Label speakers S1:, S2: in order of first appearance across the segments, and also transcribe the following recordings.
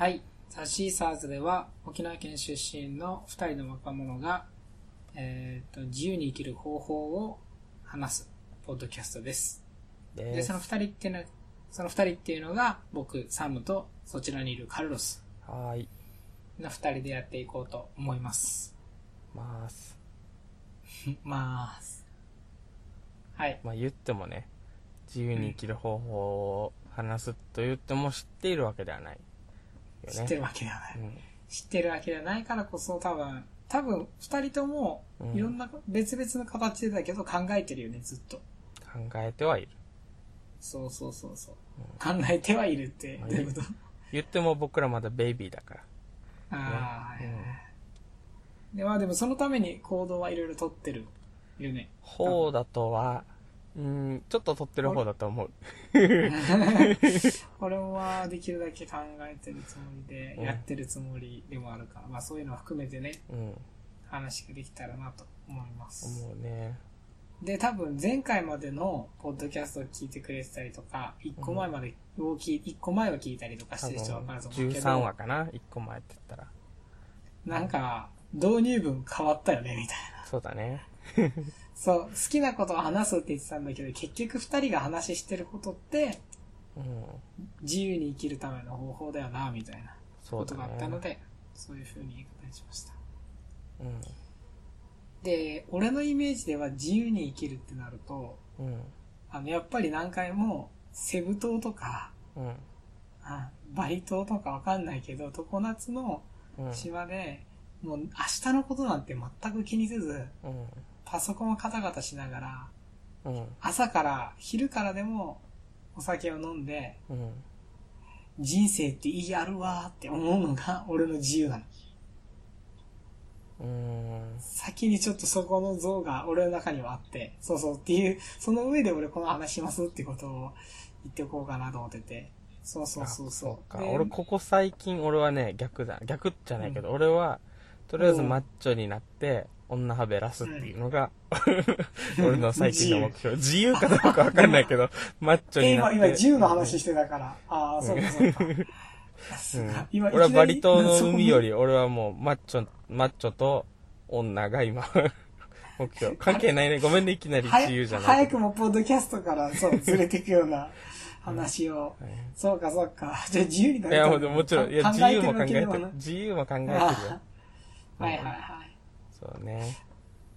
S1: はい。ザ・シーサーズでは、沖縄県出身の2人の若者が、えーと、自由に生きる方法を話す、ポッドキャストです。で、
S2: で
S1: その2人っていうのは、その2人っていうのが、僕、サムと、そちらにいるカルロス
S2: はーい。
S1: の2人でやっていこうと思います。
S2: まあす。
S1: まあす。はい。
S2: まあ言ってもね、自由に生きる方法を話すと言っても知っているわけではない。よね。
S1: 知ってるわけではない。
S2: うん。
S1: 知ってるわけじゃないからこそ多分、多分二人とも
S2: うん
S1: いろんな別々の形でだけど考えてるよね、ずっと。
S2: 考えてはいる。
S1: そうそうそうそう。考えてはいるって、
S2: まあ
S1: どういうこと
S2: 言っても僕らまだベイビーだから。
S1: ああ、
S2: うん
S1: で、まあでもそのために行動はいろいろとってるよね。
S2: 方だとは、うん、ちょっと取ってる方だと思う。
S1: 俺はできるだけ考えてるつもりで、
S2: うん
S1: やってるつもりでもあるから、まあそういうのを含めてね、
S2: うん。
S1: 話ができたらなと思います。
S2: 思うね。
S1: で、多分前回までのポッドキャストを聞いてくれてたりとか、一個前までを聞い、一個前を聞いたりとかし
S2: 多
S1: て
S2: 分、
S1: る人は分かると思うけど、
S2: 13話かな ?1 個前って言ったら。
S1: なんか、導入文変わったよね、みたいな。
S2: そうだね。
S1: そう、好きなことを話すって言ってたんだけど、結局二人が話してることって、
S2: うん。
S1: 自由に生きるための方法だよな、みたいな
S2: そ
S1: こ
S2: うだ
S1: と
S2: ね。
S1: があったので、そう,、いう風に言い方にしました。
S2: う
S1: で、俺のイメージでは自由に生きるってなると、
S2: ん。うん。
S1: あの、やっぱり何回も、セブ島とか、
S2: うん。
S1: あバリ島とかわかんないけど、常夏の
S2: うん。
S1: 島で、もう明日のことなんて全く気にせず、
S2: うん。
S1: パソコンをカタカタしながら、
S2: うん。
S1: 朝から昼からでもお酒を飲んで、
S2: うん。
S1: 人生っていいあるわーって思うのが 俺の自由なの。
S2: うん。
S1: 先にちょっとそこの像が 俺の中にはあって、そうそうっていう、その上で俺この話しますってことを言っておこうかなと思ってて。そうそうそうそう。
S2: あか
S1: で
S2: 俺ここ最近俺はね逆だ逆じゃないけど、俺はとりあえずマッチョになって女はべらすっていうのが、俺の最近の目標自由かどうかわかんないけどマッチョ
S1: え
S2: になっ
S1: 今、
S2: て
S1: 今、銃の話してたから。ああ、そうか、そう か。
S2: うん
S1: 今
S2: 俺はバリ島
S1: いきな
S2: の
S1: り
S2: 海より俺はもうマッチョマッチョと女 が今目標関係ないねごめんねいきなり
S1: はや
S2: 自由じゃない
S1: 早
S2: け
S1: く
S2: ど
S1: もポッドキャストから、そう、ずれていくような話を。
S2: はい
S1: そうか、そうか。じゃあ自由になり
S2: い
S1: た
S2: や
S1: い
S2: もうもちろんいや
S1: か
S2: 自由も考えて
S1: る
S2: る
S1: わけでな
S2: 自由も考えてるよ
S1: ああはいはいはい。
S2: そうね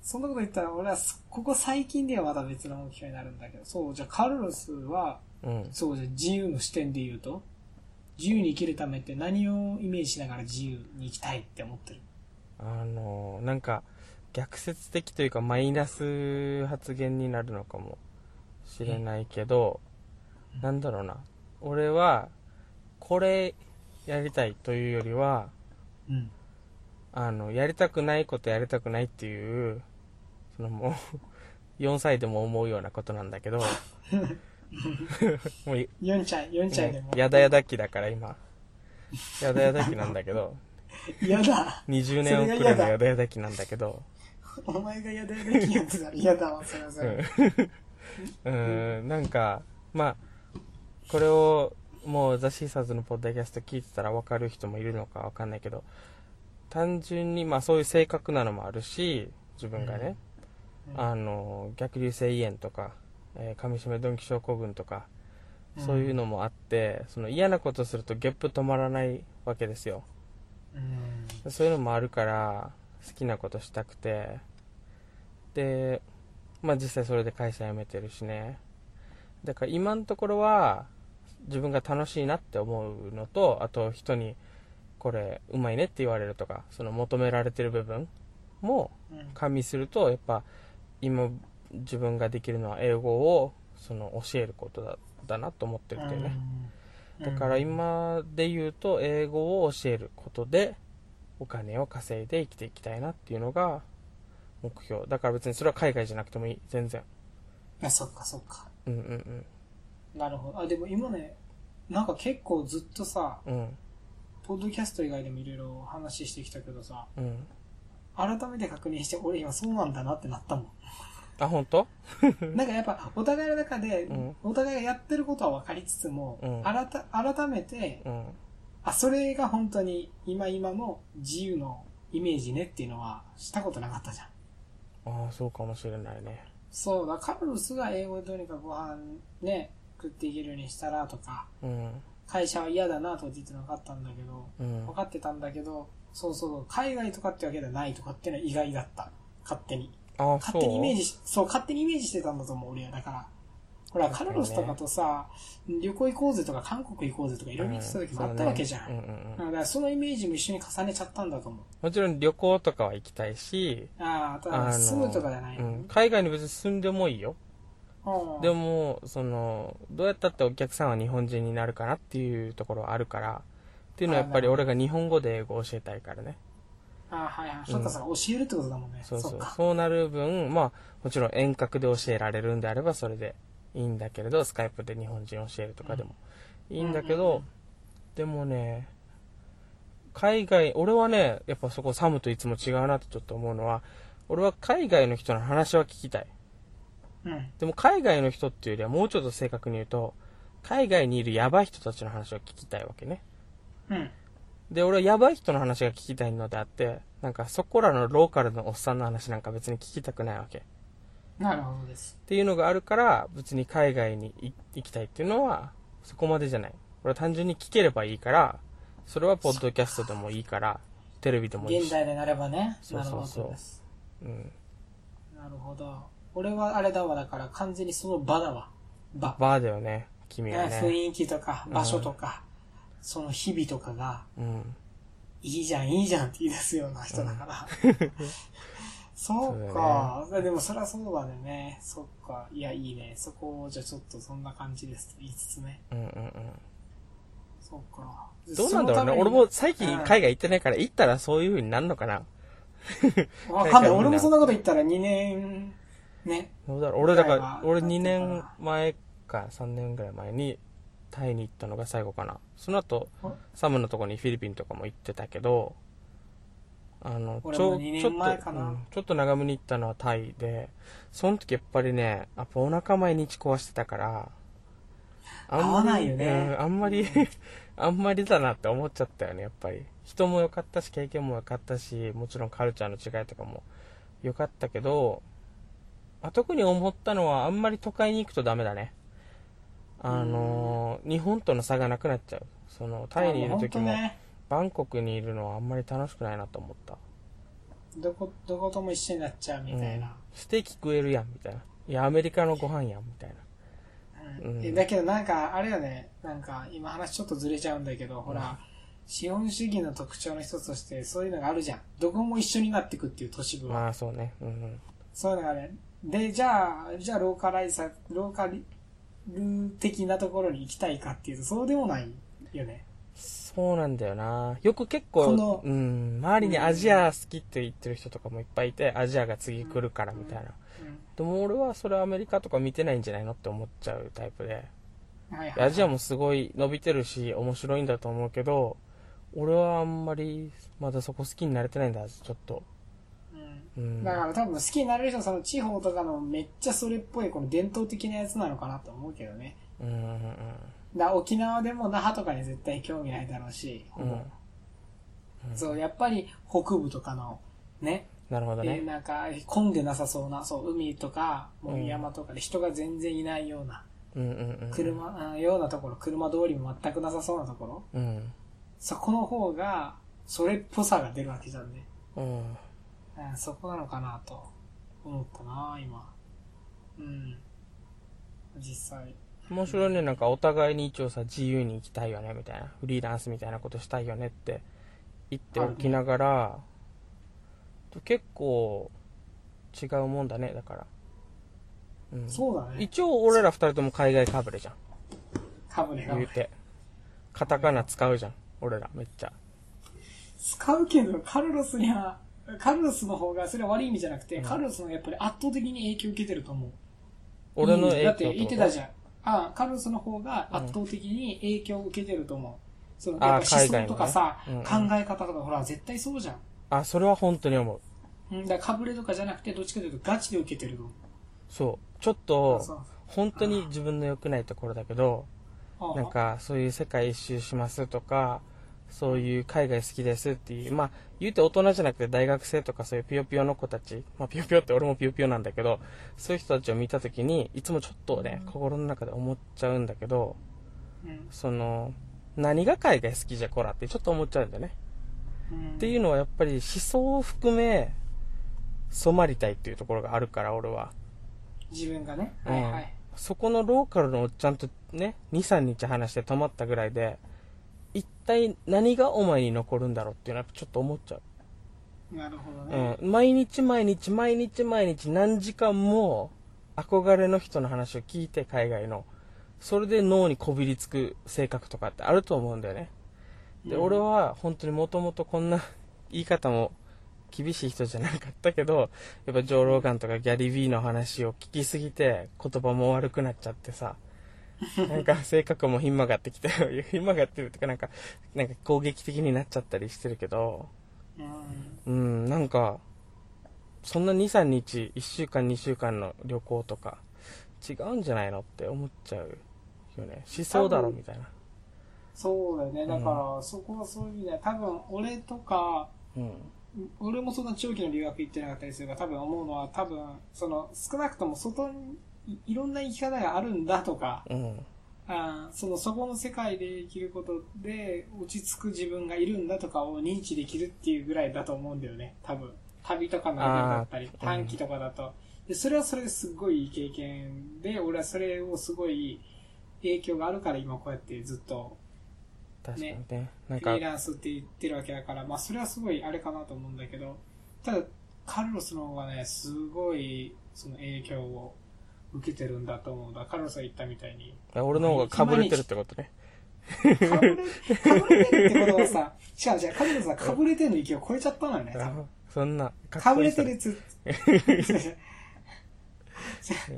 S1: そんなこと言ったら、俺はそ、ここ最近ではまた別の目標になるんだけど、そう、じゃあカルロスは、
S2: うん
S1: そうじゃあ自由の視点で言うと、自由に生きるためって何をイメージしながら自由に生きたいって思ってる
S2: あのなんか逆説的というかマイナス発言になるのかもしれないけどなんだろうな俺はこれやりたいというよりは
S1: うん。
S2: あのやりたくないことやりたくないっていうそのもう 4歳でも思うようなことなんだ けどもうい
S1: ヨンちゃん、ヨンちゃんでも。
S2: やだやだ期だから今やだやだ期なんだけど
S1: 嫌だ。
S2: 20年遅れのやだやだ期なんだけど
S1: お前が嫌だ嫌だ嫌やつだ。嫌だわ、それはそれ。
S2: うんうんなんかまあこれをもうザ・シーサーズのポッドキャスト聞いてたら分かる人もいるのか分かんないけど単純にまあそういう性格なのもあるし自分がね、
S1: うん
S2: あの逆流性胃炎とか、えー上締めドンキ症候群とかそういうのもあって、その嫌なことするとゲップ止まらないわけですよ、
S1: うん。
S2: そういうのもあるから好きなことしたくてでまあ実際それで会社辞めてるしねだから今のところは自分が楽しいなって思うのとあと人にこれうまいねって言われるとかその求められてる部分も
S1: うん
S2: 加味するとやっぱ今自分ができるのは英語をその教えることだだなと思ってるけどね、
S1: うん
S2: だから今で言うと英語を教えることでお金を稼いで生きていきたいなっていうのが目標だから別にそれは海外じゃなくてもいい全然
S1: いや、そっかそっか。
S2: うんうん
S1: なるほど。あ、でも今ね、なんか結構ずっとさ、
S2: うんうん
S1: ポッドキャスト以外でもいろいろ話してきたけどさ、
S2: うん
S1: 改めて確認して、俺今そうなんだなってなったも
S2: あ本当
S1: ん。なんかやっぱ、お互いの中で
S2: うん、
S1: お互いがやってることは分かりつつも
S2: うん、
S1: 改改めて、
S2: うん
S1: あ、それが本当に今今の自由のイメージねっていうのはしたことなかったじゃん。
S2: ああ、そうかもしれないね。
S1: そうだ、カルロスが英語でどうにかご飯ね、食っていけるようにしたらとか、
S2: うん。
S1: 会社は嫌だなとか言ってなかったんだけど、
S2: うん
S1: 分。かってたんだけど、そうそう、海外とかってわけじゃないとかっていうのは意外だった。勝手に。
S2: ああ、
S1: 勝手にイメー
S2: ジ。
S1: ジし、そう、勝手にイメージしてたんだと思う、俺は。だから。ほら、カルロスとかとさ、旅行行こうぜとか、韓国行こうぜとか、いろいろ言ってた時もあったわけじゃん。
S2: うんそうねうんうんうん
S1: だからそのイメージも一緒に重ねちゃったんだと思う。
S2: もちろん旅行とかは行きたいし、
S1: ああ、た
S2: あの
S1: だ住むとかじゃない、
S2: う
S1: の
S2: ん、海外に別に住んでもいいよ。
S1: うん
S2: でも、その、どうやったってお客さんは日本人になるかなっていうところはあるから、っていうのはやっぱり俺が日本語で英語を教えたいからね。
S1: ああ、はいはい。そっかそっか、教えるってことだもんね。
S2: そうそ
S1: っ
S2: う
S1: か。。
S2: そうなる分、まあ、もちろん遠隔で教えられるんであればそれでいいんだけれど、スカイプで日本人教えるとかでもいいんだけ
S1: うんうんう
S2: ど、でもね、海外、俺はね、やっぱそこサムといつも違うなってちょっと思うのは、俺は海外の人の話は聞きたい。
S1: うん。
S2: でも海外の人っていうよりはもうちょっと正確に言うと、海外にいるヤバい人たちの話を聞きたいわけね。
S1: うん。
S2: で、俺はヤバい人の話が聞きたいのであって、なんかそこらのローカルのおっさんの話なんか別に聞きたくないわけ。っ
S1: なるほどです。
S2: ていうのがあるから、別に海外にい行きたいっていうのは、そこまでじゃない。俺は単純に聞ければいいから、それはポッドキャストでもいいから、テレビでもいい
S1: 現
S2: し。
S1: 代でなればね。
S2: そうそうそ
S1: なるほ
S2: う
S1: どです。
S2: うん。
S1: なるほど。俺はあれだわ、だから完全にその場だわ。場。
S2: バーだよね、君は
S1: ね
S2: ね。
S1: 雰囲気とか、場所とか、その日々とかが、
S2: うん。
S1: いいじゃん、いいじゃんって言い出すような人だから。そうか。でもそりゃそうだね。そっか。いや、いいね。そこを、じゃあちょっとそんな感じですと言いつつね。
S2: うんうんうん。
S1: そうか。
S2: どうなんだろう
S1: そ
S2: ね。
S1: のために
S2: 俺も最近
S1: うん
S2: 海外行ってないから、行ったらそういう風になるのかな。
S1: わかんない。
S2: 海外
S1: 俺もそんなこと言ったら2年、ね。
S2: どうだろう俺だか
S1: 海外
S2: ら
S1: は、
S2: 俺
S1: なんて
S2: 2
S1: いうかな
S2: 年前か3年ぐらい前にタイに行ったのが最後かな。その後
S1: あ、
S2: サムのとこにフィリピンとかも行ってたけど、あの、
S1: 俺
S2: ちょ
S1: も二年
S2: ちょっ
S1: 前か
S2: と、
S1: な
S2: うんちょっと長めに行ったのはタイで、その時やっぱりね、やっぱお腹毎日壊してたから、あ
S1: 合わないよね
S2: うんあんまり、 あんまりだなって思っちゃったよね、やっぱり。人も良かったし、経験も良かったし、もちろんカルチャーの違いとかも良かったけど、あ特に思ったのは、あんまり都会に行くとダメだね。あのー、日本との差がなくなっちゃう。その、タイにいる時
S1: あ
S2: も、
S1: う本当ね。
S2: バンコクにいるのはあんまり楽しくないなと思った。
S1: どこ、どことも一緒になっちゃうみたいな。
S2: ステーキ食えるやん、みたいな。いや、アメリカのご飯やん、みたいな。
S1: うん
S2: うん
S1: えだけどなんかあれよねなんか今話ちょっとずれちゃうんだけど、ほら資本主義の特徴の一つとしてそういうのがあるじゃんどこも一緒になってくっていう都市部は、
S2: まあ、そうね。うん
S1: そういうのがあるでじゃあじゃあローカライザローカル的なところに行きたいかっていうとそうでもないよね
S2: そうなんだよな。よく結
S1: こ
S2: 構
S1: の、
S2: うん、周りにアジア好きって言ってる人とかもいっぱいいて、アジアが次来るから、みたいな。
S1: う
S2: でも俺はそれアメリカとか見てないんじゃないのって思っちゃうタイプで。
S1: んはいはい
S2: アジアもすごい伸びてるし、面白いんだと思うけど、俺はあんまり、まだそこ好きになれてないんだ、ちょっと。
S1: う
S2: うんん。
S1: だから多分好きになれる人はその地方とかのめっちゃそれっぽいこの伝統的なやつなのかなと思うけどね
S2: うんうんうん。
S1: だから沖縄でも那覇とかに絶対興味ないだろうし、ほ
S2: う
S1: ぼ
S2: ん
S1: そう、やっぱり北部とかの、ね、
S2: なるほど
S1: え
S2: ね。
S1: なんか混んでなさそうな、そう、海とか、も
S2: う
S1: うん山とかで人が全然いないような、
S2: うんうんうん。
S1: 車、あようなところ、車通りも全くなさそうなところ、
S2: うん。
S1: そこの方が、それっぽさが出るわけじゃんね。
S2: うん。
S1: うん、そこなのかなと思ったな、今。うん。実際。
S2: 面白いね、なんかお互いに一応さ、自由に行きたいよね、みたいな。フリーランスみたいなことしたいよねって言っておきながら、結構違うもんだね、だから。うん。
S1: そうだね。
S2: 一応俺ら二人とも海外かぶれじゃん。
S1: かぶれが
S2: 言う。て。カタカナ使うじゃん。俺ら、めっちゃ。
S1: 使うけど、カルロスには、カルロスの方が、それは悪い意味じゃなくて、カルロスの方がやっぱり圧倒的に影響受けてると思う。
S2: 俺の影響
S1: だって言ってたじ
S2: ゃ
S1: ゃん。あカルロスの方が圧倒的に影響を受けてると思う。その
S2: あ
S1: やっぱ
S2: 海
S1: 思
S2: 外のね
S1: 想とかさ、
S2: うんうん
S1: 考え方とか、ほら、絶対そうじゃん。
S2: ん。あ、それは本当に思う。
S1: うんだからかぶれとかじゃなくて、どっちかというとガチで受けてると思う。
S2: そう。ちょっ
S1: そう
S2: と、本当に自分の良くないところだけど、
S1: あ
S2: なんか、そういう世界一周しますとか、そういう海外好きですっていう、まあ、言うて大人じゃなくて大学生とかそういうピヨピヨの子たち、まあ、ピヨピヨって俺もピヨピヨなんだけど、そういう人たちを見たときに、いつもちょっとね、心の中で思っちゃうんだけど、
S1: うん。
S2: その、何が海外好きじゃこらってちょっと思っちゃうんだよね。
S1: うん。
S2: っていうのはやっぱり思想を含め、染まりたいっていうところがあるから、俺は。
S1: 自分がね。
S2: うん
S1: はいはい。
S2: そこのローカルのおっちゃんとね、2、3日話して止まったぐらいで、一体何がお前に残るんだろうっていうのはやっぱちょっと思っちゃう。
S1: なるほどね。
S2: うん、毎日毎日毎日毎日何時間も憧れの人の話を聞いて海外のそれで脳にこびりつく性格とかってあると思うんだよねで、
S1: うん
S2: 俺。は本当にもともとこんな言い方も厳しい人じゃなかったけどやっぱジョー・ローガンとかギャリー・ヴィーの話を聞きすぎて言葉も悪くなっちゃってさなんか性格もひん曲がってきて ひん曲がってるっていうかなんかなんか攻撃的になっちゃったりしてるけど
S1: うん。
S2: うん、なんか、そんな2、3日、1週間、2週間の旅行とか、違うんじゃないのって思っちゃうよね。しそうだろ、
S1: 多分
S2: みたいな。
S1: そうだよね。だから、そこはそういう意味では、多分、俺とか、
S2: うん。
S1: 俺もそんな長期の留学行ってなかったりするから、多分思うのは、多分、その、少なくとも外に、いいろんな生き方があるんだとか、
S2: うん。
S1: あーその、そこの世界で生きることで、落ち着く自分がいるんだとかを認知できるっていうぐらいだと思うんだよね、多分。旅とかの間だったり
S2: あ、ー
S1: 短期とかだと。で、それはそれですっごいいい経験で、俺はそれをすごい影響があるから、今こうやってずっと
S2: 確かにね。な
S1: フ
S2: ん
S1: リ
S2: か
S1: ー、ランスって言ってるわけだから、まあそれはすごいあれかなと思うんだけど、ただ、カルロスの方がね、すごいその影響を受けてるんだと思うんだ。カルロスが言ったみたいに。
S2: 俺の方が被れてるってことね。
S1: かぶれ、かぶれてるってことはさ、違う違う、カルロスはかぶれてるの域を超えちゃったのよね、多分。
S2: そんな、
S1: かぶれて
S2: い
S1: る
S2: い
S1: っつ、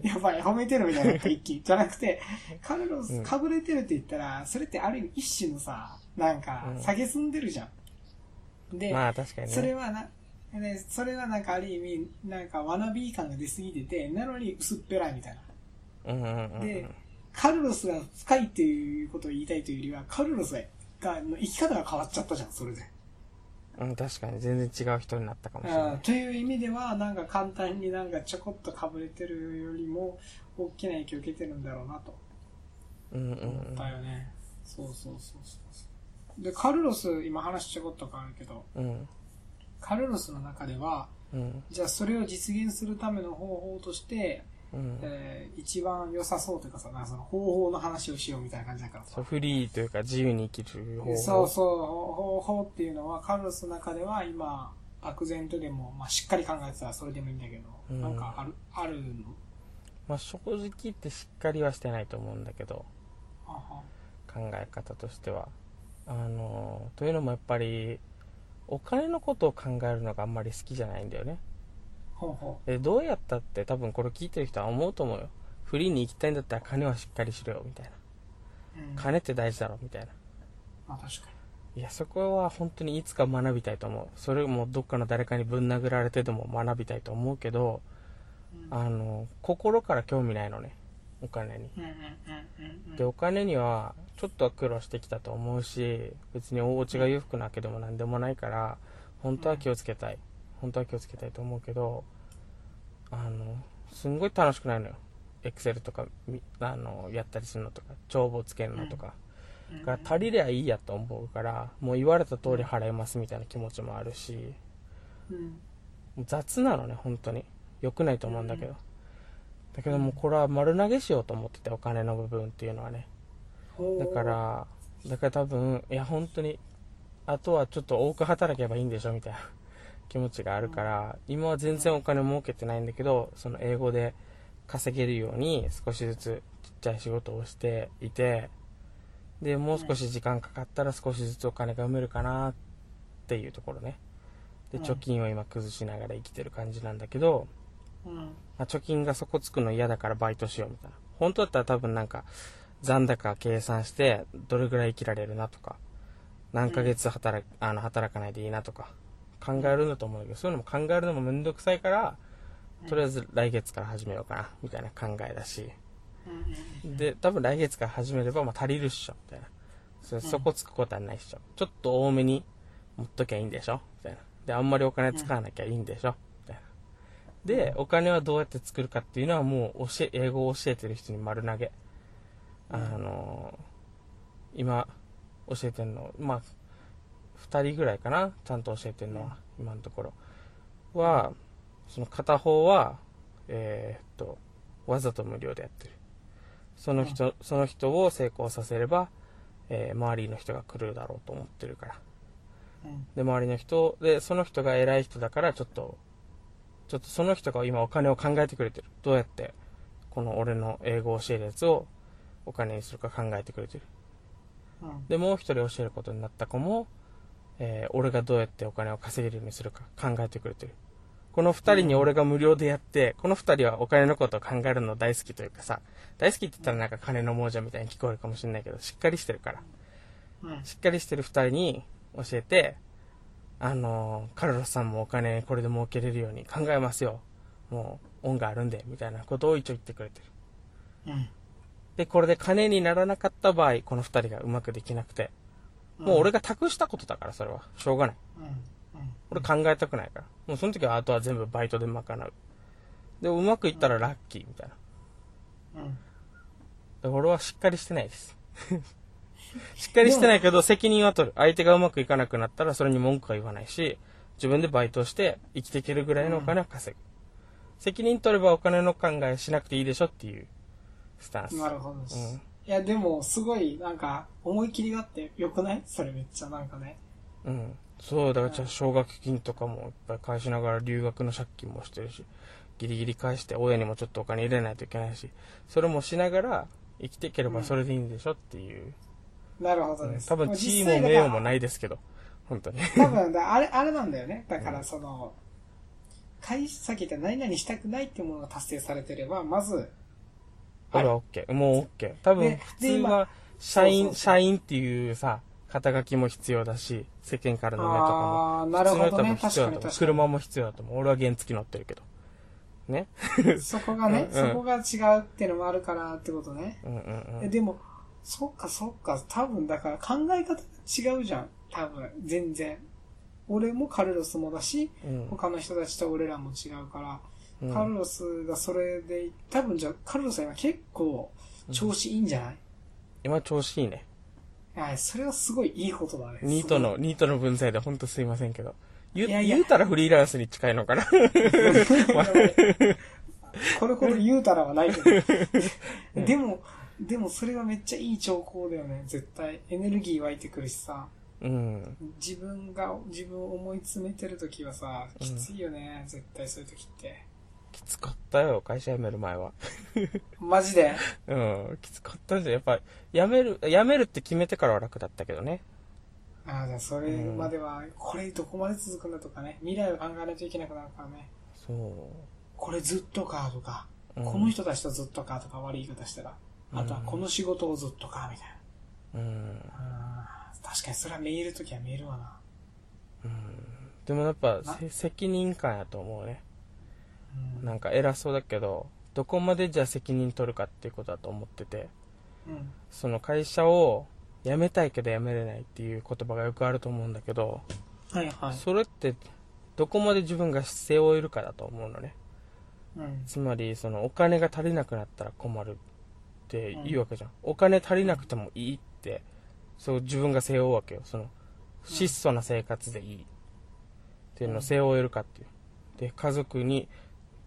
S1: やばい、褒めてるみたいになった一気にじゃなくて、カルロ
S2: う
S1: ス、
S2: ん
S1: かぶれてるって言ったら、それってある意味一種のさ、なんか
S2: う、ん
S1: 下げすんでるじゃん。で、
S2: まあ確かにね。
S1: それはな、ね、それはなんかある意味、なんかワナビー感が出すぎてて、なのに薄っぺらいみたいな。
S2: うんうんうんう
S1: で
S2: ん。
S1: カルロスが深いっていうことを言いたいというよりは、カルロスが、の生き方が変わっちゃったじゃん、それで。
S2: うん、確かに全然違う人になったかもしれな
S1: うん
S2: い。
S1: という意味では、なんか簡単になんかちょこっとかぶれてるよりも、大きな影響を受けてるんだろうなと
S2: うんうん
S1: 思った
S2: う
S1: よね。そうそうそうそうそう。で、カルロス、今話ちょこっと変わるけど、
S2: ん。うん。
S1: カルロスの中では、
S2: うん。
S1: じゃあそれを実現するための方法として、
S2: うん。
S1: えー一番良さそうというかさ、なんかその方法の話をしようみたいな感じだから
S2: そ
S1: さ
S2: う、。フリーというか自由に生きる方法。
S1: そうそう、方法っていうのは、カルロスの中では今、漠然とでも、まあ、しっかり考えてたらそれでもいいんだけど、
S2: うん
S1: なんかある、あるの
S2: まあ正直言ってしっかりはしてないと思うんだけど。
S1: あは
S2: 考え方としてはあのというのもやっぱりお金のことを考えるのがあんまり好きじゃないんだよね
S1: ほうほ
S2: でどうやったって多分これ聞いてる人は思うと思うよフリーに行きたいんだったら金はしっかりしろよみたいな
S1: う。うん、
S2: 金って大事だろみたいな
S1: まあ確か
S2: いやそこは本当にいつか学びたいと思うそれもどっかの誰かにぶん殴られてでも学びたいと思うけど
S1: に。うん、
S2: あの心から興味ないのねお金に
S1: うんうんうんうん
S2: でお金にはちょっとは苦労してきたと思うし別にお家が裕福なわけでも何でもないから本当は気をつけたい本当は気をつけたいと思うけどあのすんごい楽しくないのよエクセルとかみあのやったりするのとか帳簿つけるのとか、
S1: うん。
S2: だから足りりゃいいやと思うからもう言われた通り払いますみたいな気持ちもあるし
S1: うん。
S2: もう雑なのね本当に良くないと思うんだけど、だけどもうこれは丸投げしようと思っててお金の部分っていうのはね
S1: ほう
S2: だか、ら、だから多分、いや、本当に、あとはちょっと多く働けばいいんでしょみたいな 気持ちがあるから、今は全然お金儲けてないんだけど、その英語で稼げるように少しずつちっちゃい仕事をしていて、で、もう少し時間かかったら少しずつお金が埋めるかなっていうところね。で、
S1: うん
S2: 貯金を今崩しながら生きてる感じなんだけど、
S1: うん。
S2: まあ貯金が底つくの嫌だからバイトしようみたいな。本当だったら多分なんか、残高計算して、どれぐらい生きられるなとか、何ヶ月働く、あの、働かないでいいなとか、考えるんだと思うんだけど、そういうのも考えるのもめんどくさいから、とりあえず来月から始めようかな、みたいな考えだし。
S1: うんうんうん
S2: で、多分来月から始めれば、まあ足りるっしょ、みたいな。そそこつくことはないっしょ。ちょっと多めに持っときゃいいんでしょみたいな。で、あんまりお金使わなきゃいいんでしょみたいな。で、お金はどうやって作るかっていうのはもう教え、英語を教えてる人に丸投げ。あのー今、教えてるの、まあ、二人ぐらいかなちゃんと教えてるのは、今のところ。は、その片方は、えーっと、わざと無料でやってる。その人、その人を成功させれば、えー周りの人が来るだろうと思ってるから。
S1: うん。
S2: で、周りの人、で、その人が偉い人だから、ちょっと、ちょっとその人が今お金を考えてくれてる。どうやって、この俺の英語を教えるやつをお金にするか考えてくれてる。
S1: うん。
S2: で、もう一人教えることになった子も、えー俺がどうやってお金を稼げるようにするか考えてくれてる。この二人に俺が無料でやって、この二人はお金のことを考えるの大好きというかさ、大好きって言ったらなんか金の亡者みたいに聞こえるかもしれないけど、しっかりしてるから。
S1: うん。
S2: しっかりしてる二人に教えて、あのーカルロスさんもお金これで儲けれるように考えますよ。もう、恩があるんで、みたいなことを一応言ってくれてる。
S1: うん。
S2: で、これで金にならなかった場合、この二人がうまくできなくて、もう俺
S1: が、
S2: が託したことだから、それは。しょうがない。
S1: うん。うん。
S2: 俺考えたくないから。もうその時はあとは全部バイトで賄う。で、うまくいったらラッキー、みたいな。
S1: うん。
S2: で俺はしっかりしてないです。 しっかりしてないけど、責任は取る。相手がうまくいかなくなったら、それに文句は言わないし、自分でバイトして生きていけるぐらいのお金は稼ぐ。責任取ればお金の考えしなくていいでしょっていうスタンス。
S1: なるほどです。
S2: うん
S1: いや、でも、すごい、なんか、思い切りがあって、よくないそれめっちゃ、なんかね。
S2: うん。そう、だからじゃあ奨学金とかもいっぱい返しながら留学の借金もしてるし、ギリギリ返して親にもちょっとお金入れないといけないし、それもしながら生きていければそれでいいんでしょっていう。
S1: なるほど
S2: うん
S1: です。
S2: 多分地位
S1: 実際
S2: も
S1: だ
S2: 名誉も
S1: い。
S2: ないですけど、本当に。
S1: 多分だ、あれ、あれなんだよね。だから、その、会社、さっき言った何々したくないっていうものが達成されてれば、まず、あ
S2: 俺
S1: れ
S2: は OK。もう OK。多分
S1: で
S2: 普通
S1: で今
S2: は社
S1: そう
S2: 員、
S1: そう
S2: 社員っていうさ、肩書きも必要だし、世間からの目とかも。
S1: あー、なるほどね。
S2: 普
S1: 確
S2: 通
S1: かに
S2: の人は多分必要だと
S1: 確
S2: 思う。
S1: かに。
S2: 車も必要だと思う。俺は原付乗ってるけど。ね。
S1: そこがね、
S2: うんうん
S1: そこが違うっていうのもあるからってことね。
S2: うんうんうん。
S1: えでも、そっかそっか、多分だから考え方が違うじゃん。多分、全然。俺もカルロスもだし、
S2: うん
S1: 他の人たちと俺らも違うから、
S2: うん
S1: カルロスがそれで、多分じゃあカルロスは今結構調子いいんじゃない、
S2: 今調子いいね。
S1: はい、それはすごいいいことだね。
S2: ニートの、ニートの分際でほんとすいませんけど。言う
S1: いやいや
S2: 言うたらフリーランスに近いのかな
S1: すごい。 これほど言うたらはないけど。でも、でもそれはめっちゃいい兆候だよね、絶対。エネルギー湧いてくるしさ。
S2: うん。
S1: 自分が自分を思い詰めてる時はさきついよね、絶対そういう時って
S2: きつかったよ、会社辞める前は。
S1: マジで
S2: うん、きつかったんじゃん。やっぱ、辞める、辞めるって決めてからは楽だったけどね。
S1: ああじゃあそれまではこれどこまで続くんだとかね未来を考えないといけなくなるからね
S2: そ
S1: これずっとかとか、
S2: う。うん
S1: この人たちとずっとかとか悪い言い方したらあとはこの仕事をずっとかみたい
S2: うん。
S1: な、うん、確かにそれはメール時はメールはな、
S2: でもやっぱ
S1: な、
S2: せ責任感やと思うね。
S1: うん
S2: なんか偉そうだけど、どこまでじゃあ責任取るかっていうことだと思ってて、
S1: うん
S2: その会社を辞めたいけど辞めれないっていう言葉がよくあると思うんだけど、
S1: はいはい、
S2: それってどこまで自分が背負えるかだと思うのね
S1: うん、
S2: つまりそのお金が足りなくなったら困るって言うわけじゃん、お金足りなくてもいいってそう自分が背負うわけよその質素な生活でいいっていうのを背負えるかっていうで家族に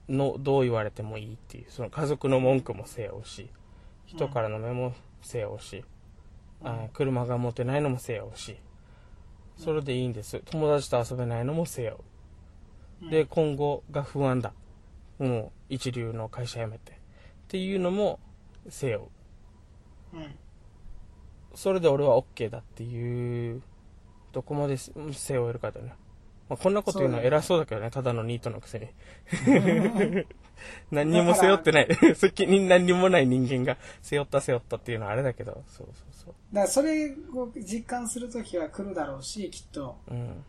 S2: のどう言われてもいいっていうその家族の文句も背負うし人からの目も背負うし、
S1: うん
S2: あー車が持てないのも背負うしそれでいいんです友達と遊べないのも背負う
S1: うん
S2: で、今後が不安だ。もう、一流の会社辞めて。っていうのも、せよ。
S1: うん
S2: それで俺は OK だっていう、どこまでせ背負えるかだよね。まあ、こんなこと言うのは偉そうだけどね、ただのニートのく せに。何にも背負ってない。 責任何にもない人間が背負った背負ったっていうのはあれだけど、そうそう
S1: だからそれを実感する時は来るだろうしきっと
S2: そう。うん。
S1: うん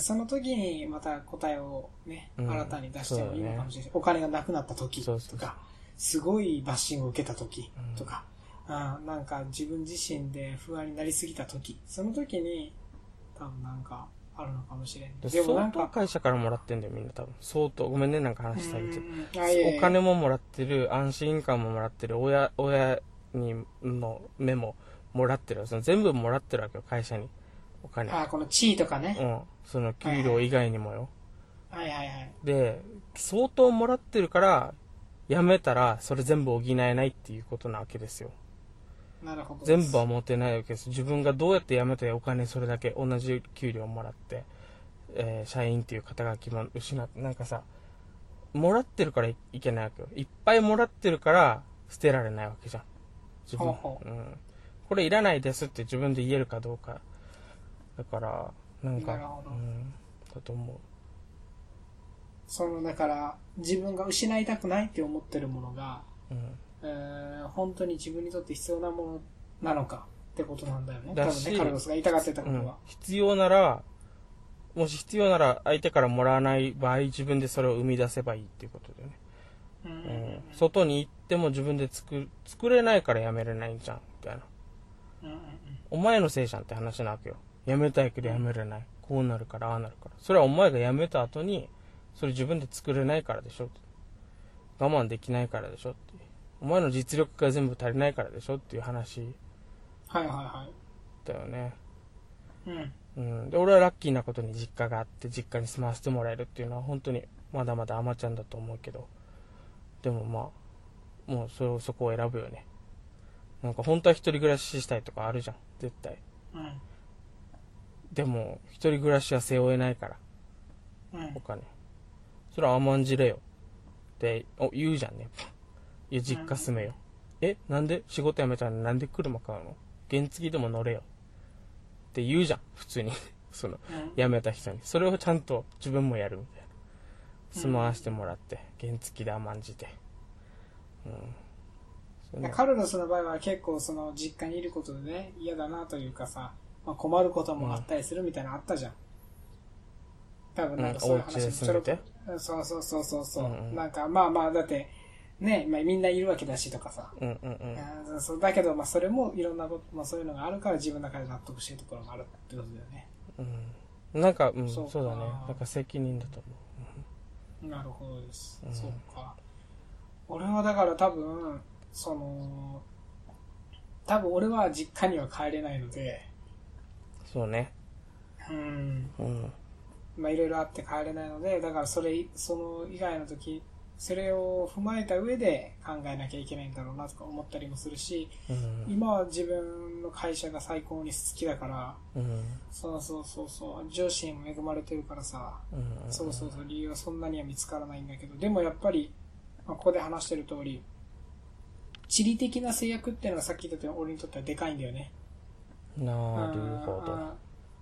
S1: その時にまた答えをね、
S2: うん
S1: 新たに出してもいいのかもしれない。お金がなくなった時
S2: そ
S1: と
S2: うそうそう
S1: か、すごいバッシングを受けた時とか、うん、なんか自分自身で不安になりすぎた時、その時に、多分なんかあるのかもしれん。
S2: で
S1: でもな
S2: 相
S1: ん
S2: 当
S1: か、
S2: 会社からもらってんだよみんな多分相当ごめんねなんか話したりて
S1: うんあいやいや
S2: お金ももらってる安心感ももらってる親親にの目ももらってるその全部もらってるわけよ会社にお金
S1: あ、この地位とかね。
S2: うんその給料以外にもよ
S1: はいはいはい。
S2: で相当もらってるから辞めたらそれ全部補えないっていうことなわけですよ
S1: なるほど。
S2: 全部は持ってないわけです自分がどうやって辞めてお金それだけ同じ給料もらって、えー社員っていう肩書きも失ってなんかさもらってるからいいけないわけよいっぱいもらってるから捨てられないわけじゃん自分
S1: ほうほう
S2: うん、これいらないですって自分で言えるかどうかだからなんか
S1: なるほど
S2: うん、だと思
S1: その、だから、自分が失いたくないって思ってるものが、
S2: う、うん、
S1: うーん本当に自分にとって必要なものなのかってことなんだよね。多
S2: だ
S1: 分
S2: し
S1: ね、カルロスが言いたがってたこと
S2: うん
S1: は。
S2: 必要ならもし必要なら相手からもらわない場合自分でそれを生み出せばいいっていうことだよね
S1: うん。
S2: うん外に行っても自分で作る作れないからやめれないんじゃんみたいな
S1: うんうんうん
S2: お前のせいじゃんって話なわけよやめたいけどやめれないこうなるからああなるからそれはお前がやめた後にそれ自分で作れないからでしょって我慢できないからでしょってお前の実力が全部足りないからでしょっていう話
S1: はいはいは
S2: だよね
S1: い。うん。
S2: うん、で俺はラッキーなことに実家があって実家に住まわせてもらえるっていうのは本当にまだまだアマちゃんだと思うけどでもまあもうそれをそこを選ぶよねなんか本当は一人暮らししたいとかあるじゃん絶対
S1: うん。
S2: でも一人暮らしは背負えないか
S1: う
S2: ら
S1: ん
S2: お。金それは甘んじれよってお言うじゃんねやっぱいや実家住めよえなんで仕事辞めたのになんで車買うの原付でも乗れよって言うじゃん普通に その
S1: うん
S2: 辞めた人にそれをちゃんと自分もやるみたいな住まわしてもらって、原付で甘んじてうんそれ
S1: いや
S2: ね
S1: カルロスの場合は結構その実家にいることでね嫌だなというかさ、まあ、困ることもあったりするみたいなのあったじゃん、多分なんかそういう
S2: うんお家
S1: 話
S2: で
S1: もちょろ
S2: 住んで
S1: くそうそうそうそうそう、
S2: うんうん
S1: なんかまあまあだってね、まあ、みんないるわけだしとかさ、
S2: うんうんうん
S1: あーそうだけどまあそれもいろんなこと、まあ、そういうのがあるから自分の中で納得してるところもあるってことだよね
S2: うんなんか、うん、
S1: そ
S2: そうう
S1: か
S2: だねなんか責任だと思
S1: なるほどです、
S2: うん
S1: そうか俺はだから多分その多分俺は実家には帰れないので
S2: うそうね
S1: うん
S2: うん
S1: まあ、いろいろあって帰れないので、だからそれ、その以外の時、それを踏まえた上で考えなきゃいけないんだろうなとか思ったりもするし、
S2: うん
S1: 今は自分の会社が最高に好きだから、
S2: うん
S1: そうそうそうそう、上司にも恵まれてるからさ、
S2: うん
S1: そうそうそう、理由はそんなには見つからないんだけど、でもやっぱり、まあ、ここで話してる通り、地理的な制約っていうのがさっき言ったように俺にとってはでかいんだよね。
S2: なるほ
S1: うん
S2: ど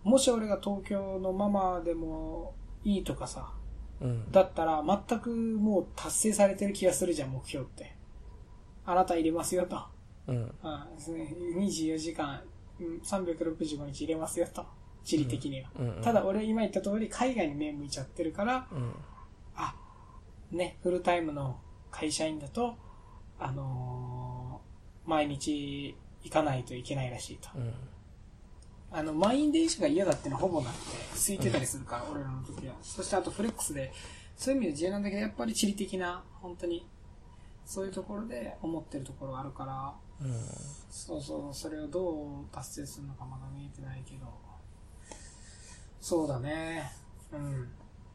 S1: もし俺が東京のママでもいいとかさ
S2: うん
S1: だったら全くもう達成されてる気がするじゃん目標ってあなた入れますよと、
S2: うん
S1: うん、24時間うん365日入れますよと地理的には、
S2: うんうん
S1: ただ俺今言った通り海外に目向いちゃってるから
S2: うん
S1: あねフルタイムの会社員だとあのー毎日行かないといけないらしいと
S2: うん
S1: あの、満員電車が嫌だってのはほぼなくて、空いてたりする から、俺らの時は。そしてあとフレックスで、そういう意味で柔軟だけど、やっぱり地理的な、本当に、そういうところで思ってるところがあるから、
S2: うん
S1: そうそう、それをどう達成するのかまだ見えてないけど、そうだね。うん。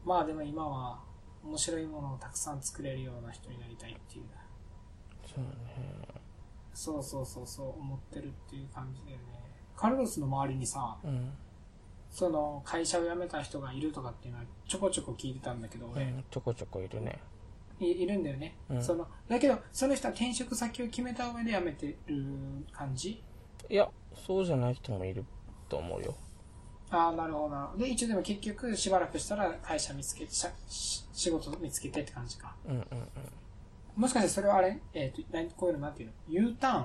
S1: まあでも今は、面白いものをたくさん作れるような人になりたいっていう、
S2: そうね
S1: そうそうそうそう思ってるっていう感じだよね。カルロスの周りにさ、
S2: うん
S1: その会社を辞めた人がいるとかっていうのはちょこちょこ聞いてたんだけど
S2: う
S1: 俺、
S2: んちょこちょこいるね
S1: いいるんだよね、
S2: うん
S1: そのだけどその人は転職先を決めた上で辞めてる感じ
S2: いやそうじゃない人もいると思うよ
S1: ああなるほどなるほどで一応でも結局しばらくしたら会社見つけしゃし仕事見つけてって感じか
S2: うんうん
S1: もしかしてそれはあれ、えー、となんこういうのなんていうの U ターン
S2: うん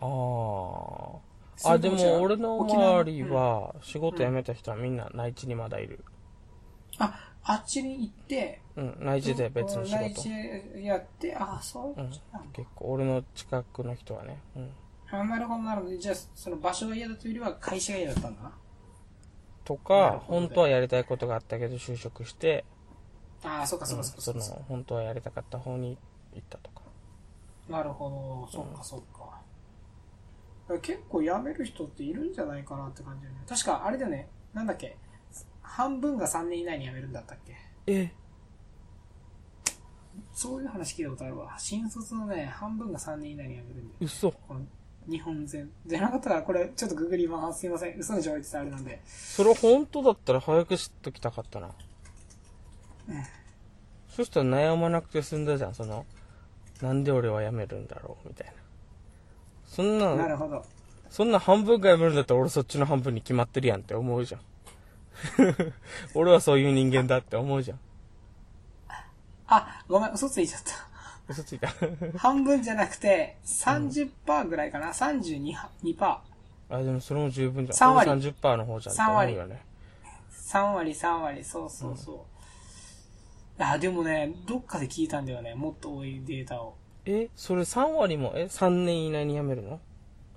S2: ああ
S1: そ
S2: あ
S1: れ
S2: で
S1: と違う
S2: も俺の
S1: 沖縄
S2: 周りは仕事辞めた人はみんな内地にまだいる、
S1: ああっちに行って、
S2: うん、内地で別の仕
S1: 内
S2: 事
S1: 地。やって、あ、そういうことなんだ。
S2: 結構、俺の近くの人はね。うん。
S1: あなるほど、なるほど。じゃあ、その場所が嫌だというよりは会社が嫌だったんだな。
S2: と
S1: なる
S2: か、
S1: ほどね
S2: 本当はやりたいことがあったけど就職して、
S1: ああ、そっかそっ
S2: う
S1: か
S2: ん
S1: そっかそ
S2: そ
S1: っか
S2: の
S1: そっか。、
S2: 本当はやりたかった方に行ったとか。
S1: なるほど、そっかそっか。だから結構辞める人っているんじゃないかなって感じだよね。確か、あれだよね、なんだっけ、半分が3年以内に辞めるんだったっけ。
S2: え
S1: そういう話聞いたことあるわ。新卒のね、半分が3年以内に辞めるんだよ。
S2: 嘘
S1: この日本全。じゃなかったから、これ、ちょっとググります。すいません。嘘の情報言ってたらあれなんで。
S2: それ本当だったら早く知っときたかったな。そしたら悩まなくて済んだじゃん、その、なんで俺は辞めるんだろう、みたいな。そんな
S1: な
S2: の、
S1: るほど。
S2: そんな半分が辞めるんだったら俺そっちの半分に決まってるやんって思うじゃん。 俺はそういう人間だって思うじゃん。
S1: あ、ごめん、嘘ついちゃった。
S2: 嘘ついた。
S1: 半分じゃなくて、30%ぐらいかな、32%、2%、
S2: あ、でもそれも十分じゃん。
S1: 三割
S2: 俺30%の方じゃんって思うよね。
S1: 3割、3割、そうそうそう。あ、でもね、どっかで聞いたんだよね、もっと多いデータを。
S2: え、それ3割も、え、3年以内に辞めるの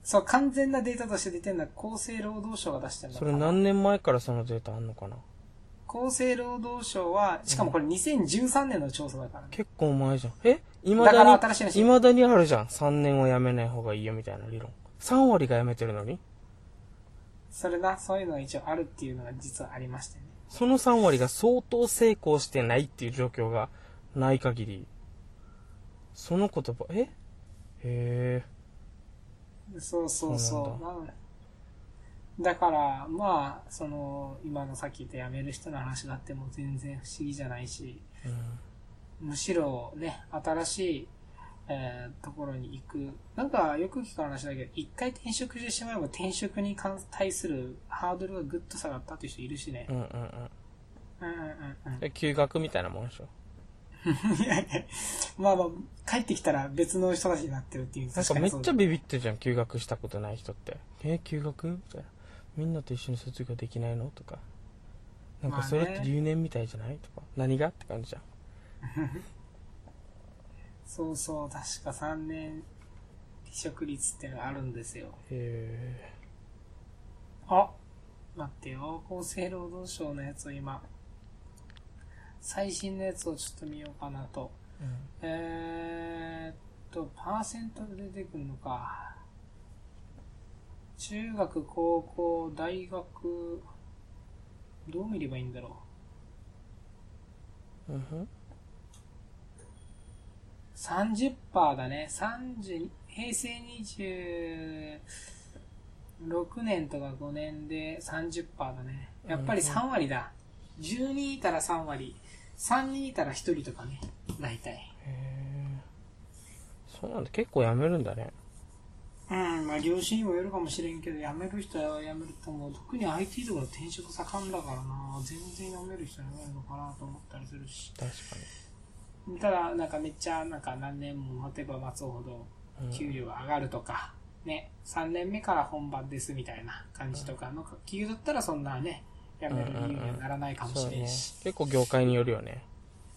S1: そう、完全なデータとして出てんのは厚生労働省が出してるんだ
S2: それ何年前からそのデータあんのかな
S1: 厚生労働省は、しかもこれ2013年の調査だからね。
S2: 結構前じゃん。え未
S1: だから
S2: だ
S1: 新しいの
S2: に、未だにあるじゃん。3年は辞めない方がいいよみたいな理論。3割が辞めてるのに
S1: それな、そういうのが一応あるっていうのが実はありましたよね。
S2: その3割が相当成功してないっていう状況がない限り、その言葉、えへえ。
S1: そうそうそう。
S2: そ
S1: まあだから、まあ、その、今のさっき言った辞める人の話だってもう全然不思議じゃないし、むしろね、新しい、えーところに行く。なんか、よく聞く話だけど、一回転職してしまえば転職に関対するハードルがぐっと下がったっていう人いるしね
S2: う。んうんうん
S1: うんうんうんうん
S2: う。ん。休学みたいなもんでしょ。
S1: いやいやまあまあ、帰ってきたら別の人たちになってるっていう。
S2: なんか
S1: 確
S2: め
S1: に
S2: っ
S1: そう
S2: ち
S1: だ
S2: ゃビビってるじゃん、休学したことない人って。え、休学みたいな。みんなと一緒に卒業できないのとか。なんかそれっ
S1: まあ
S2: て
S1: ね
S2: 留年みたいじゃないとか。何がって感じじゃん。
S1: そうそう、確か3年離職率ってのがあるんですよ。
S2: へ
S1: あ待ってよ、厚生労働省のやつを今、最新のやつをちょっと見ようかなと。
S2: え。うん
S1: えー、っと、パーセントで出てくるのか。中学、高校、大学、どう見ればいいんだろう。
S2: うんふん
S1: 30%だね。30平成26年とか5年で30%だね。やっぱり3割だ。10人いたら3割。3人いたら1人とかね。大体。
S2: へーそうなんだ結構やめるんだね
S1: うん、まあ業種にもよるかもしれんけど、辞める人は辞めると思う。特に IT とか転職盛んだからな。全然辞める人は辞めるのかなと思ったりするし。
S2: 確か
S1: ただ、なんかめっちゃ、なんか何年も待てば待つほど、
S2: に、うん
S1: 給料が上がるとか、ね、3年目から本番ですみたいな感じとかの企業だったらそんなね、辞める理由にはならないかも
S2: そ
S1: し
S2: う
S1: れ
S2: ね
S1: んし、
S2: 結構業界によるよね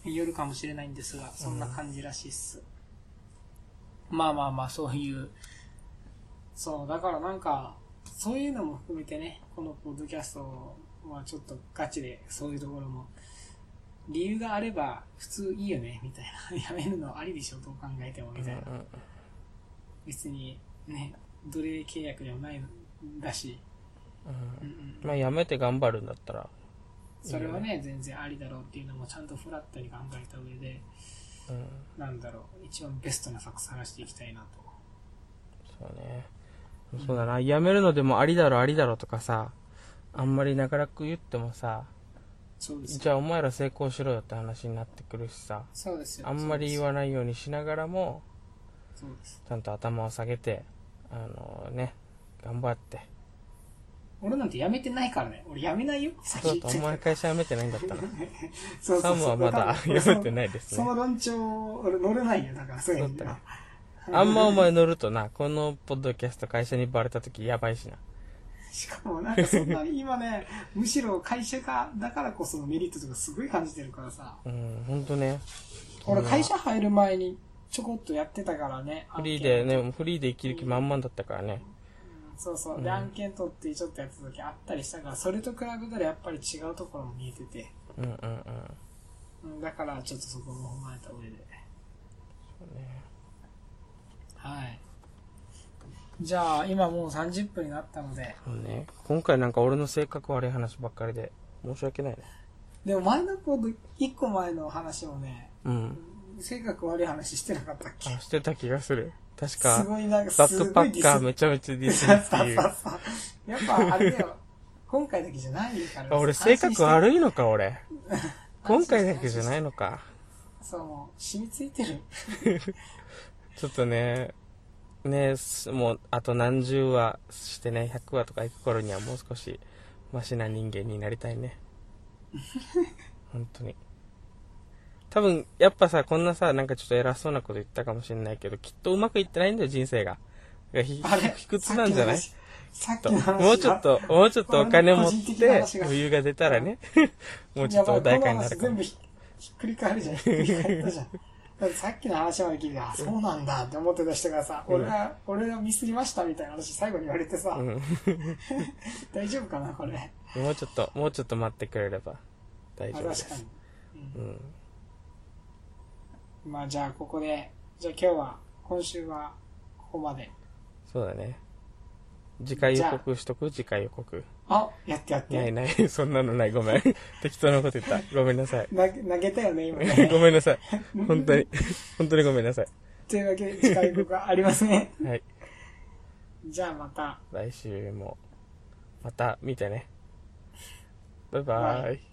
S1: よるかもしれないんですが、そんな感じらしいっす。まあまあまあ、そういう、そう、だからなんか、そういうのも含めてね、このポッドキャストはちょっとガチで、そういうところも、理由があれば普通いいよね、みたいな。 辞めるのありでしょ、どう考えても、みたいな
S2: う。んうん
S1: 別にね奴隷契約でもないんだし、
S2: うん
S1: うんうん、
S2: まあやめて頑張るんだったら、
S1: それはね全然ありだろうっていうのもちゃんとフラットに考えた上で
S2: うん、
S1: なんだろう一番ベストな策探していきたいなと
S2: そうねそうだなやめるのでもありだろありだろとかさあんまり長らく言ってもさ
S1: そうです
S2: じゃあお前ら成功しろよって話になってくるしさ
S1: そうですよ
S2: あんまり言わないようにしながらも
S1: そうです
S2: ちゃんと頭を下げてあのね頑張って
S1: 俺なんて辞めてないからね俺辞めないよさっ
S2: そう
S1: き
S2: だ
S1: 言っ
S2: お
S1: た
S2: 前会社辞めてないんだったな
S1: そう
S2: サムはまだ
S1: 多分
S2: 読めてないです
S1: そ
S2: ね
S1: の。論調俺乗れないよだからそういう意味では
S2: あんまお前乗るとな、このポッドキャスト会社にバレた時やばいしな。
S1: しかもなんかそんなに今ね、むしろ会社が、だからこそのメリットとかすごい感じてるからさ。
S2: うん、ほんとね。
S1: 俺
S2: うん
S1: 会社入る前にちょこっとやってたからね。
S2: フリー
S1: ア
S2: で
S1: ンケート。
S2: ね、フリーで生きる気満々だったからね。
S1: そうそう。
S2: うん
S1: で、案件取ってちょっとやった時あったりしたから、それと比べたらやっぱり違うところも見えてて。
S2: うんうんうん。
S1: うんだからちょっとそこも踏まえた上で。
S2: そうね
S1: はい。じゃあ、今もう30分になったので。
S2: そうね。今回なんか俺の性格悪い話ばっかりで、申し訳ないね。
S1: でも前のコード、1個前の話もね、
S2: うん。
S1: 性格悪い話してなかったっけ
S2: あ、してた気がする。確
S1: す
S2: か、
S1: ごいなんか
S2: バ
S1: す
S2: ッ
S1: ごい
S2: クパッカー
S1: デ
S2: めちゃめちゃディ
S1: ィ
S2: ス
S1: ス
S2: る
S1: る。
S2: ってい
S1: そ
S2: う
S1: う。そうそうやっぱあれだよ。今回だけじゃないから。
S2: あ俺性格
S1: い。
S2: 悪いのか、俺。今回だけじゃないいのか。
S1: そう、もう染みついてる。
S2: ちょっとね、ね、すもうあと何十話してね、100話とか行く頃にはもう少しマシな人間になりたいね。本当に。多分、やっぱさ、こんなさ、なんかちょっと偉そうなこと言ったかもしれないけど、きっとうまくいってないんだよ、人生が。がひ
S1: あれ
S2: 卑屈なんじゃないきっ
S1: さっき
S2: と
S1: の話。さっきの話
S2: もうちょっ。と、 もうちょっとお金持っ
S1: 個人的な
S2: て
S1: 話、が
S2: 余裕が出た らね、もうちょっと
S1: やばい
S2: 穏やかになる
S1: この話全
S2: かも
S1: 部。ひひっくり返るじゃん。ひっくり返ったじゃん。だってさっきの話まで聞いて、 あ、そうなんだって思ってた人がさ、
S2: うん
S1: 俺が、俺がミスりましたみたいな話最後に言われてさ、
S2: うん。
S1: 大丈夫かなこれ。
S2: もうちょっと、もうちょっと待ってくれれば大
S1: あ
S2: 丈
S1: 確
S2: 夫
S1: か
S2: です。
S1: に。
S2: う
S1: うん
S2: ん。
S1: まあじゃあここで、じゃあ今日は、今週はここまで。
S2: そうだね。次回予告しとく次回予告。
S1: あやってやって。
S2: ないない、 そんなのない、ごめん。適当なこと言った。ごめんなさい。
S1: な投げたよね、今
S2: ご
S1: ね。
S2: めん なさい。本当に、 本当にごめんなさい。
S1: というわけで、次回予告はありません。
S2: はい。
S1: じゃあまた。
S2: 来週も、また見てね。バイバ
S1: は
S2: イ。